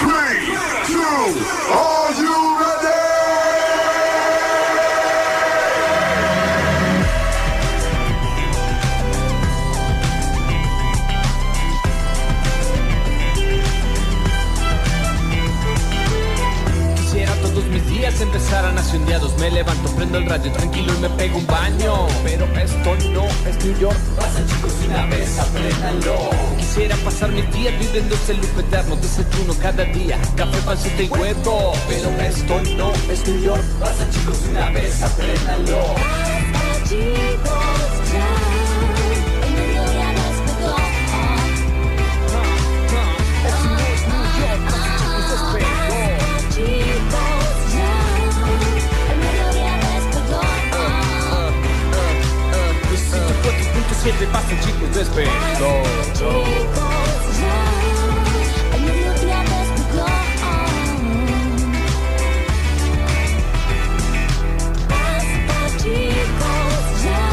three, two. Are you ready? Quisiera todos mis días empezaran hace un día dos Me levanto, prendo el radio tranquilo y me pego un baño Pero esto no es New York Pasa chicos una vez, apréndanlo Quisiera pasar mis días viviendo ese lujo eterno De ese turno cada día, café, pancita y huevo Pero esto no es New York Pasa chicos una vez, apréndanlo Basta, chicos, ya. El mediodía despertó. Basta, chicos, ya. El mediodía despertó. siete pasa chicos, despejo Chicos, ya. El mediodía despertó. Basta, chicos, ya.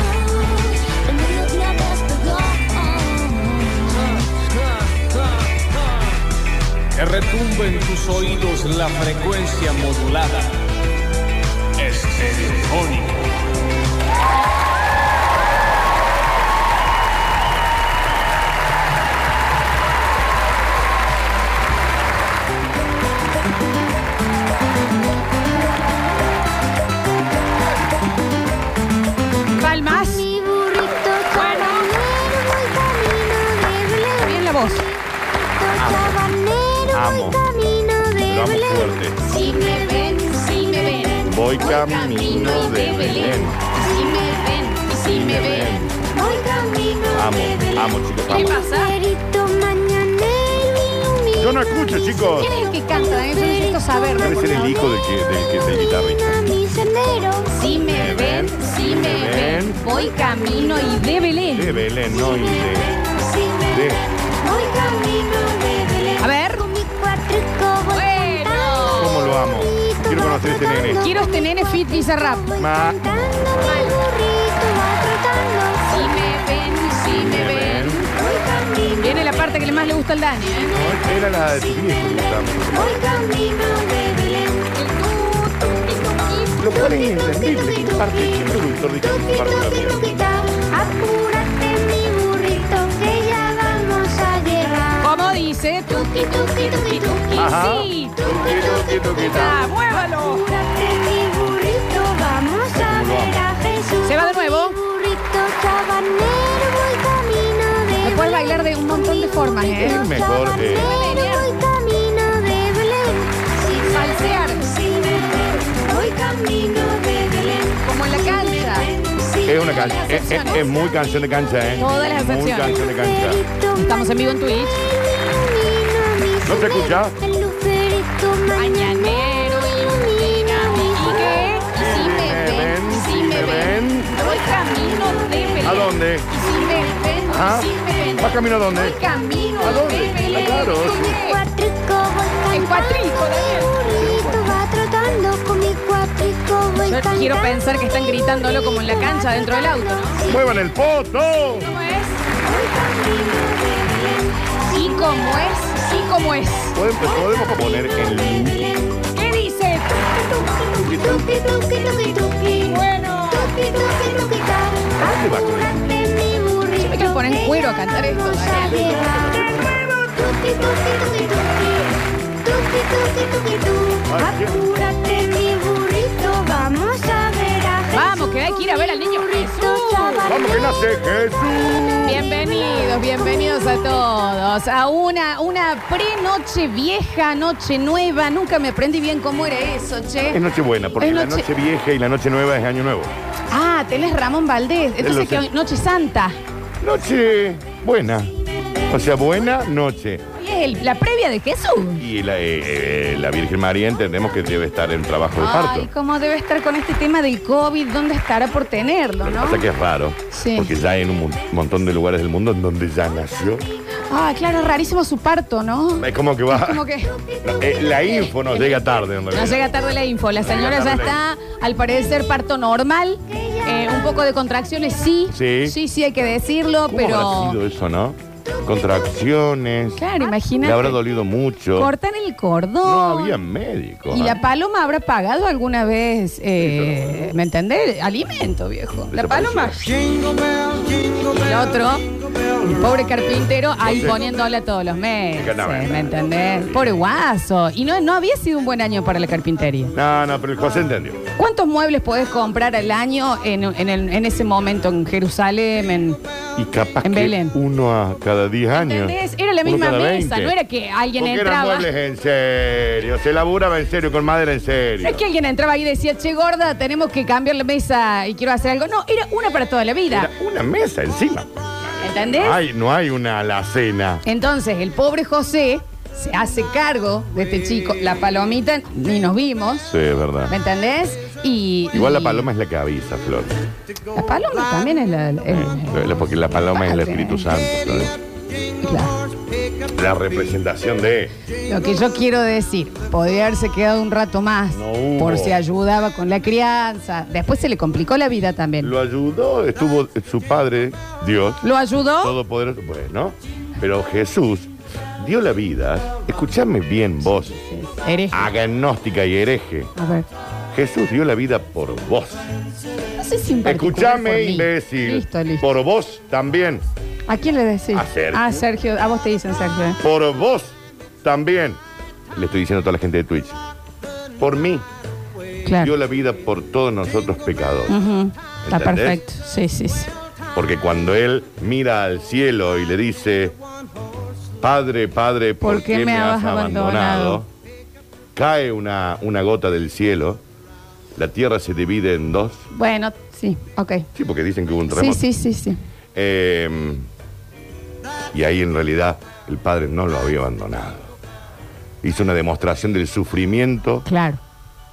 El mediodía despertó. Que retumbe en tus oídos la frecuencia modulada Estereofónica Palmas. Mi burrito sabanero, voy camino de Belén. Bien la voz. Burrito sabanero, Amo. voy camino de Vamos Belén. fuerte. Si me ven, si me ven, Voy camino de Belén. si me ven, si me ven, voy camino Amo, de Belén. amo, chicos, amo. pasa? Burrito mañanero ilumina Yo no escucho, mi chicos. ¿Quién es el que canta, Daniel? Yo necesito saberlo. Debe ser el hijo del que, del que es el guitarrista. Ilumina mi sendero. Si me ven, si me ven, voy camino y de Belén. De Belén, no y de. Si me De. ven, voy camino de Belén. A ver. Con mi cuatrico voy Bueno. cantando. ¿Cómo lo amo? Quiero conocer a este nene. Quiero este nene fit Bizarrap. Voy Ma- cantando, mi burrito va trotando. Si me ven, si me ven, Voy camino Viene la parte que más le gusta al Dani, ¿eh? No, Era la de tu viejo, digamos. Voy camino de Belén. Lo cual es entendible. ¿Qué parte? ¿Qué productor dice que es parte de la Tuqui, vida? tuqui, tuqui, Apúrate mi burrito que ya vamos a llegar. Como dice. Tuqui, tuqui, tuqui, tuqui. Ajá. Sí. Tuqui, tuqui, tuqui, ta. Ah, muévalo. Apúrate mi burrito, vamos a ¿Cómo lo ver a Jesús. Se va de Con mi nuevo. burrito sabanero, voy camino de Lo puedes bailar de un montón de formas, ¿eh? Es mejor, eh, Voy camino de Belén. Sin Falsear. Sin beber. Voy camino de Belén. Como en la cancha. Sin es una beber. cancha. Es, es- es muy canción de cancha, ¿eh? Todas las Muy excepciones. canción de cancha. Estamos en vivo en Twitch. ¿No se escucha? El lucerito mañanero ilumina mi ¿Y qué? Y si me ven, y si me ven, voy camino de Belén. ¿A dónde? Y si me ven, Ajá. y si me ven, ¿Vas camino a dónde? voy camino ¿A dónde? de Belén. Ah, claro, ¿Por sí. qué? Cuatrico voy En cuatrico, Daniel. burrito va trotando con mi cuatrico voy Yo cantando. quiero pensar que están gritándolo como en la cancha dentro del auto, ¿no? ¡Muevan el poto! ¿Cómo es? ¿Y cómo es? ¿Y cómo es? Podemos, pues, podemos poner el ¿Qué dice? Tuqui, tuqui, tuqui, tuqui, tuqui. Bueno. Tuqui, tuqui, tuqui, ta. dónde va con Apúrate, mi burrito, Yo me quiero poner en que cuero a ya cantar esto, vamos a Daniel. llegar. Tuqui, tuqui, tuqui, tuqui. Tuqui, tuqui, tuqui, tu. Ay, ¿qué? Apúrate, mi burrito, vamos a ver a Jesús. Vamos, que hay que ir a ver al niño Burrito Jesús. sabanero. ¡Vamos que nace Jesús! Bienvenidos, bienvenidos a todos a una, una pre-noche vieja, noche nueva. Nunca me aprendí bien cómo era eso, Es che. Nochebuena, porque Es la noche- noche vieja y la noche nueva es Año Nuevo. Ah, tenés Ramón Valdés. lo Entonces, sé. que hoy- Noche Santa. Noche buena. O sea, buena noche. Hoy es el- la previa de Jesús. Y la, eh, eh, la Virgen María entendemos que debe estar en trabajo de Ay, parto. cómo debe estar con este tema del COVID, dónde estará por tenerlo, Lo que ¿no? pasa es que es raro, Sí. porque ya hay en un mon- montón de lugares del mundo en donde ya nació. Ah, claro, es rarísimo su parto, ¿no? Es como que va. Como que No, eh, la info nos llega tarde, en no realidad. llega tarde la info. La No llega señora ya tarde. está, al parecer, parto normal. Eh, Eh, un poco de contracciones, sí. Sí. Sí, sí, hay que decirlo, ¿Cómo habrá sido pero. eso, no? Contracciones. Claro, Le imagínate. habrá dolido mucho. Cortan el cordón. No había médico. Y ah. la paloma habrá pagado alguna vez, eh, ¿me entendés? Alimento, viejo. La paloma. El otro, el pobre carpintero, ahí Sí. poniéndole a todos los meses, No, no, no. ¿me entendés? Pobre guaso. Y no, no había sido un buen año para la carpintería. No, no, pero el José entendió. ¿Cuántos muebles podés comprar al año en, en el- en ese momento en Jerusalén? en- Y capaz En que Belén. uno a cada 10 años. ¿Entendés? Era la uno misma cada mesa, 20. no era que alguien Porque eran entraba. muebles en serio, se laburaba en serio, con madera en serio. Es que alguien entraba ahí y decía, che, gorda, tenemos que cambiar la mesa y quiero hacer algo. No, era una para toda la vida. Era una mesa encima. ¿Entendés? No hay, no hay una alacena. Entonces, el pobre José se hace cargo de este chico. La palomita, ni nos vimos. Sí, es ¿Me verdad. entendés? Y, Igual la y- paloma es la que avisa, Flor. La paloma también es la. Eh, es- la- Porque la paloma es el Padre. Espíritu Santo, Flor. claro. La representación de... Lo que yo quiero decir, podría haberse quedado un rato más No hubo. por si ayudaba con la crianza. Después se le complicó la vida también. Lo, Lo ayudó, estuvo su padre, Dios, ayudó. todopoderoso. Bueno, pero Jesús dio la vida. Escúchame bien vos, Eres. agnóstica y hereje. A ver. Jesús dio la vida por vos. No sé si en particular por Escúchame, mí. imbécil. Listo, listo. Por vos también. ¿A quién le decís? A Sergio. A Sergio. A vos te dicen Sergio. ¿eh? Por vos también. Le estoy diciendo a toda la gente de Twitch. Por mí Claro. dio la vida por todos nosotros pecadores. Ujú. Está ¿Entendés? perfecto. Sí, sí, sí. Porque cuando él mira al cielo y le dice, Padre, Padre, ¿por, qué, me has abandonado? abandonado? Cae una, una gota del cielo, la tierra se divide en dos. Bueno, sí, ok. Sí, porque dicen que hubo un Sí, terremoto. sí, sí, sí. Eh, y ahí en realidad el Padre no lo había abandonado. Hizo una demostración del sufrimiento Claro.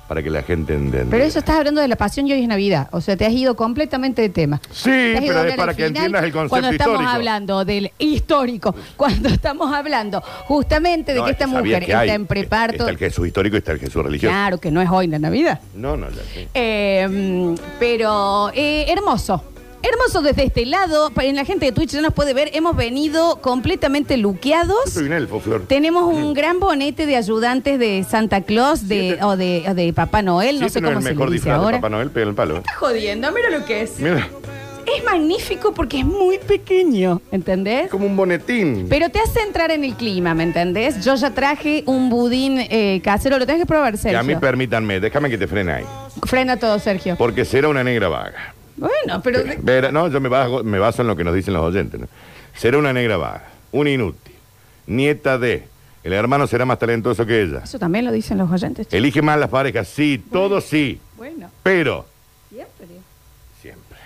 para que la gente entienda. Pero eso estás hablando de la pasión y hoy es Navidad. O sea, te has ido completamente de tema. Sí, Te has ido a pero hablar es para al que final entiendas el concepto Cuando estamos histórico. hablando del histórico, cuando estamos hablando justamente de No, que es esta sabía mujer que está hay- en preparto. Está el Jesús histórico y está el Jesús religioso. Claro que no es hoy la Navidad. No, no, ya sé. Eh, pero eh, hermoso. Hermoso desde este lado. Pa- En la gente de Twitch ya nos puede ver. Hemos venido completamente Yo luqueados. soy un elfo, Flor. Tenemos un gran bonete de ayudantes de Santa Claus de, Siete- o, de, o de Papá Noel. No Si este sé cómo no es se el le mejor dice disfraz ahora. de Papá Noel, pega el palo. Está jodiendo, mira lo que es. Mira, Es magnífico porque es muy pequeño, ¿entendés? es como un bonetín. Pero te hace entrar en el clima, ¿me entendés? Yo ya traje un budín eh, casero, lo tenés que probar, Que Sergio. a mí permítanme, déjame que te frene ahí. Frena todo, Sergio. Porque será una negra vaga. Bueno, pero... Verá- no, yo me baso, me baso en lo que nos dicen los oyentes. ¿no? Será una negra vaga, un inútil, nieta de. El hermano será más talentoso que ella. Eso también lo dicen los oyentes. che. Elige más las parejas, sí, todo sí. Bueno, Pero, siempre. siempre.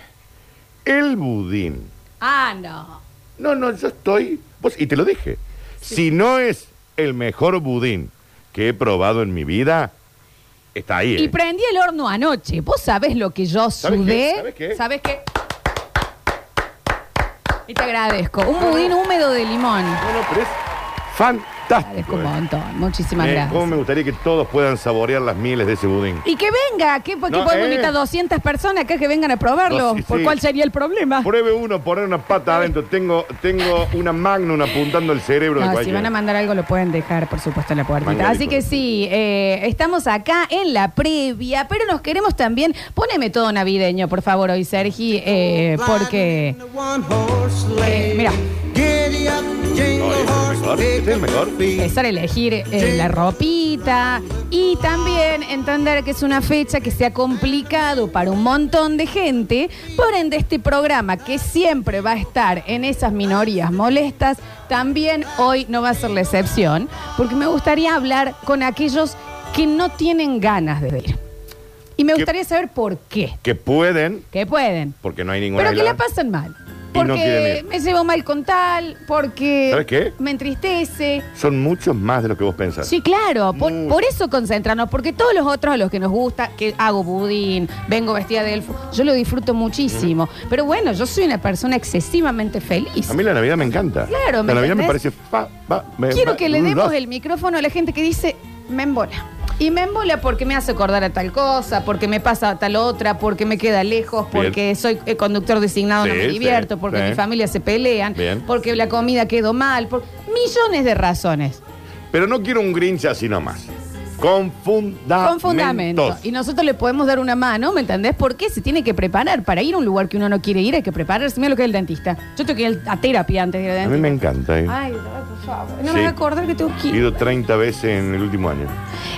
El budín. Ah, no. No, no, yo estoy. vos- y te lo dije. Si no es el mejor budín que he probado en mi vida, está ahí. Y ¿eh? prendí el horno anoche. ¿Vos sabés lo que yo ¿Sabés sudé? qué? ¿Sabés qué? ¿Sabés qué? Y te agradezco. Un budín húmedo de limón. No, no, pero es Agradezco fantástico. un ¿eh? montón. Muchísimas Me- gracias. cómo me gustaría que todos puedan saborear las mieles de ese budín. Y que venga, que, que No, podemos eh. invitar 200 personas acá que vengan a probarlo. No, sí, ¿Por sí. cuál sería el problema? Pruebe uno, poner una pata adentro. Tengo, tengo una magnum apuntando el cerebro de No, si cualquiera. van a mandar algo lo pueden dejar, por supuesto, en la puertita. Manga Así rico. que sí, eh, estamos acá en la previa, pero nos queremos también. Poneme todo navideño, por favor, hoy, Sergi, eh, porque. eh, mira, No, ¿este es el mejor? ¿Este es el mejor? empezar a elegir eh, la ropita y también entender que es una fecha que se ha complicado para un montón de gente. Por ende, este programa que siempre va a estar en esas minorías molestas, también hoy no va a ser la excepción, porque me gustaría hablar con aquellos que no tienen ganas de ir. Y me Que- gustaría saber por qué. Que pueden, Que pueden. porque no hay ninguna Pero que la aislada. pasan mal. Y no Porque quieren ir. me llevo mal con tal, porque ¿Sabes qué? me entristece, Son muchos más de lo que vos pensás. Sí, claro, por, Mucho. por eso concentrarnos, porque todos los otros a los que nos gusta, que hago budín, vengo vestida de elfo, yo lo disfruto muchísimo. Pero bueno, yo soy una persona excesivamente feliz. A mí la Navidad me encanta. Claro, ¿me La Navidad me entendés? parece... fa- fa- me- Quiero fa- que le demos dos. el micrófono a la gente que dice, me embola. Y me embola porque me hace acordar a tal cosa, porque me pasa a tal otra, porque me queda lejos, Bien. porque soy eh, conductor designado, no Sí, me sí, divierto, porque sí. mi familia se pelean, Bien. porque la comida quedó mal, por millones de razones. Pero no quiero un Grinch así nomás. Con fundamentos. Con fundamento. Y nosotros le podemos dar una mano, ¿me entendés? Porque se tiene que preparar. Para ir a un lugar que uno no quiere ir, hay que prepararse. Mira lo que es el dentista. Yo tengo que ir a terapia antes de ir al A mí dentista. me encanta. eh. Ay, por favor. No Sí. me voy a acordar que tengo que He ir. ido 30 veces en el último año.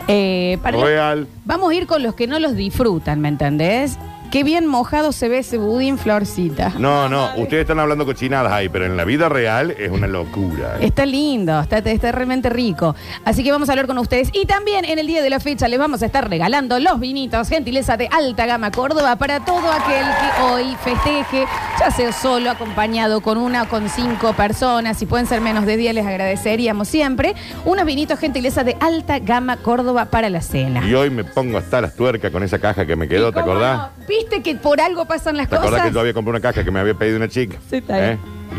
Eh, para la- Real. Vamos a ir con los que no los disfrutan, ¿me entendés? Qué bien mojado se ve ese budín, florcita. No, no, ustedes están hablando cochinadas ahí, pero en la vida real es una locura. eh. Está lindo, está, está realmente rico. Así que vamos a hablar con ustedes. Y también en el día de la fecha les vamos a estar regalando los vinitos, gentileza de Alta Gama Córdoba, para todo aquel que hoy festeje, ya sea solo, acompañado con una o con cinco personas. Si pueden ser menos de 10, les agradeceríamos siempre. Unos vinitos, gentileza de Alta Gama Córdoba para la cena. Y hoy me pongo hasta las tuercas con esa caja que me quedó, ¿Y ¿te cómo acordás? no? ¿Viste que por algo pasan las ¿Te acordás cosas? que yo había comprado una caja que me había pedido una chica? ¿Eh? Sí, está bien.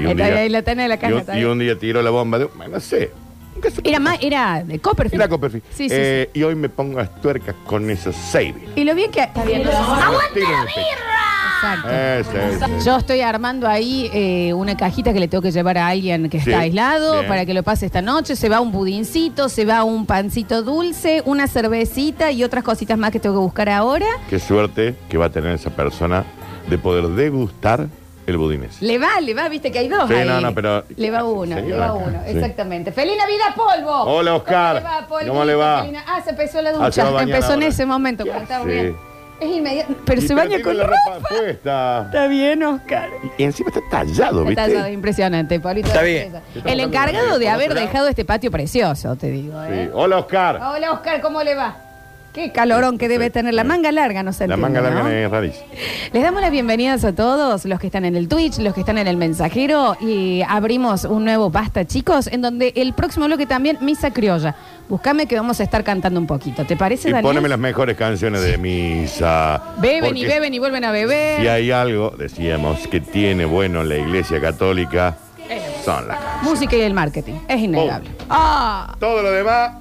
Está bien, ahí la tenés, la caja, y un- está y bien. un día tiró la bomba de. No sé. nunca supe. Era más, era de Copperfield. Era Copperfield. Sí, sí, Eh, Y hoy me pongo las tuercas con esos savings. sí. Y lo bien que. Está bien. ¡Aguante la birra! Exacto. Eh, Ese, ese. Yo estoy armando ahí eh, una cajita que le tengo que llevar a alguien que Sí, está aislado bien. para que lo pase esta noche. Se va un budincito, se va un pancito dulce, una cervecita y otras cositas más que tengo que buscar ahora. Qué suerte que va a tener esa persona de poder degustar el budín ese. Le va, le va, viste que hay dos. Sí, ahí. no, no, pero- Le va uno, Sí, le va acá, uno, sí. exactamente. ¡Feliz Navidad, Polvo! Hola, Oscar. ¿Cómo le va, Polvito? ¿Cómo le va? Feliz Nav- Ah, se empezó la Ah, se va ducha. a bañar empezó en ahora. ese momento, ¿Qué cuando estaba hace? bien. Es inmediato. Pero Y se baña tiene con la ropa. ropa puesta. Está bien, Oscar. Y encima está tallado, ¿viste? Está todo impresionante, Pablito. Está de bien. la Princesa. El encargado de haber dejado este patio precioso, te digo. ¿eh? Sí. Hola, Oscar. Hola, Oscar, ¿cómo le va? Qué calorón que debe Sí, tener la sí. manga larga, no sé. La manga larga es rarísima. Les damos las bienvenidas a todos los que están en el Twitch, los que están en el mensajero y abrimos un nuevo Basta, chicos, en donde el próximo bloque también Misa Criolla. Búscame que vamos a estar cantando un poquito. ¿Te parece, Y Daniel? poneme las mejores canciones de misa. Beben y Porque beben y vuelven a beber. Si hay algo, decíamos, que tiene bueno la iglesia católica, son las canciones. Música y el marketing. Es innegable. Ah, Todo lo demás,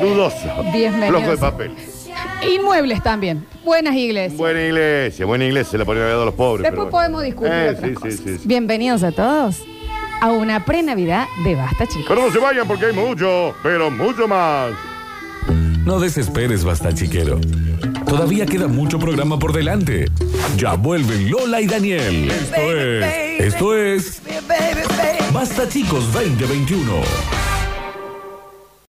dudoso. Bienvenidos. Flojo de papel. Oh. inmuebles también. Buenas iglesias. Buena iglesia, buena iglesia, se la ponen a ver a los pobres. Después pero bueno. podemos discutir. Eh, otras sí, cosas. sí, sí, sí. Bienvenidos a todos a una pre-Navidad de Basta, chicos. Pero no se vayan porque hay mucho, pero mucho más. No desesperes, basta chiquero. Todavía queda mucho programa por delante. Ya vuelven Lola y Daniel. Esto es. Esto es. Basta chicos 2021.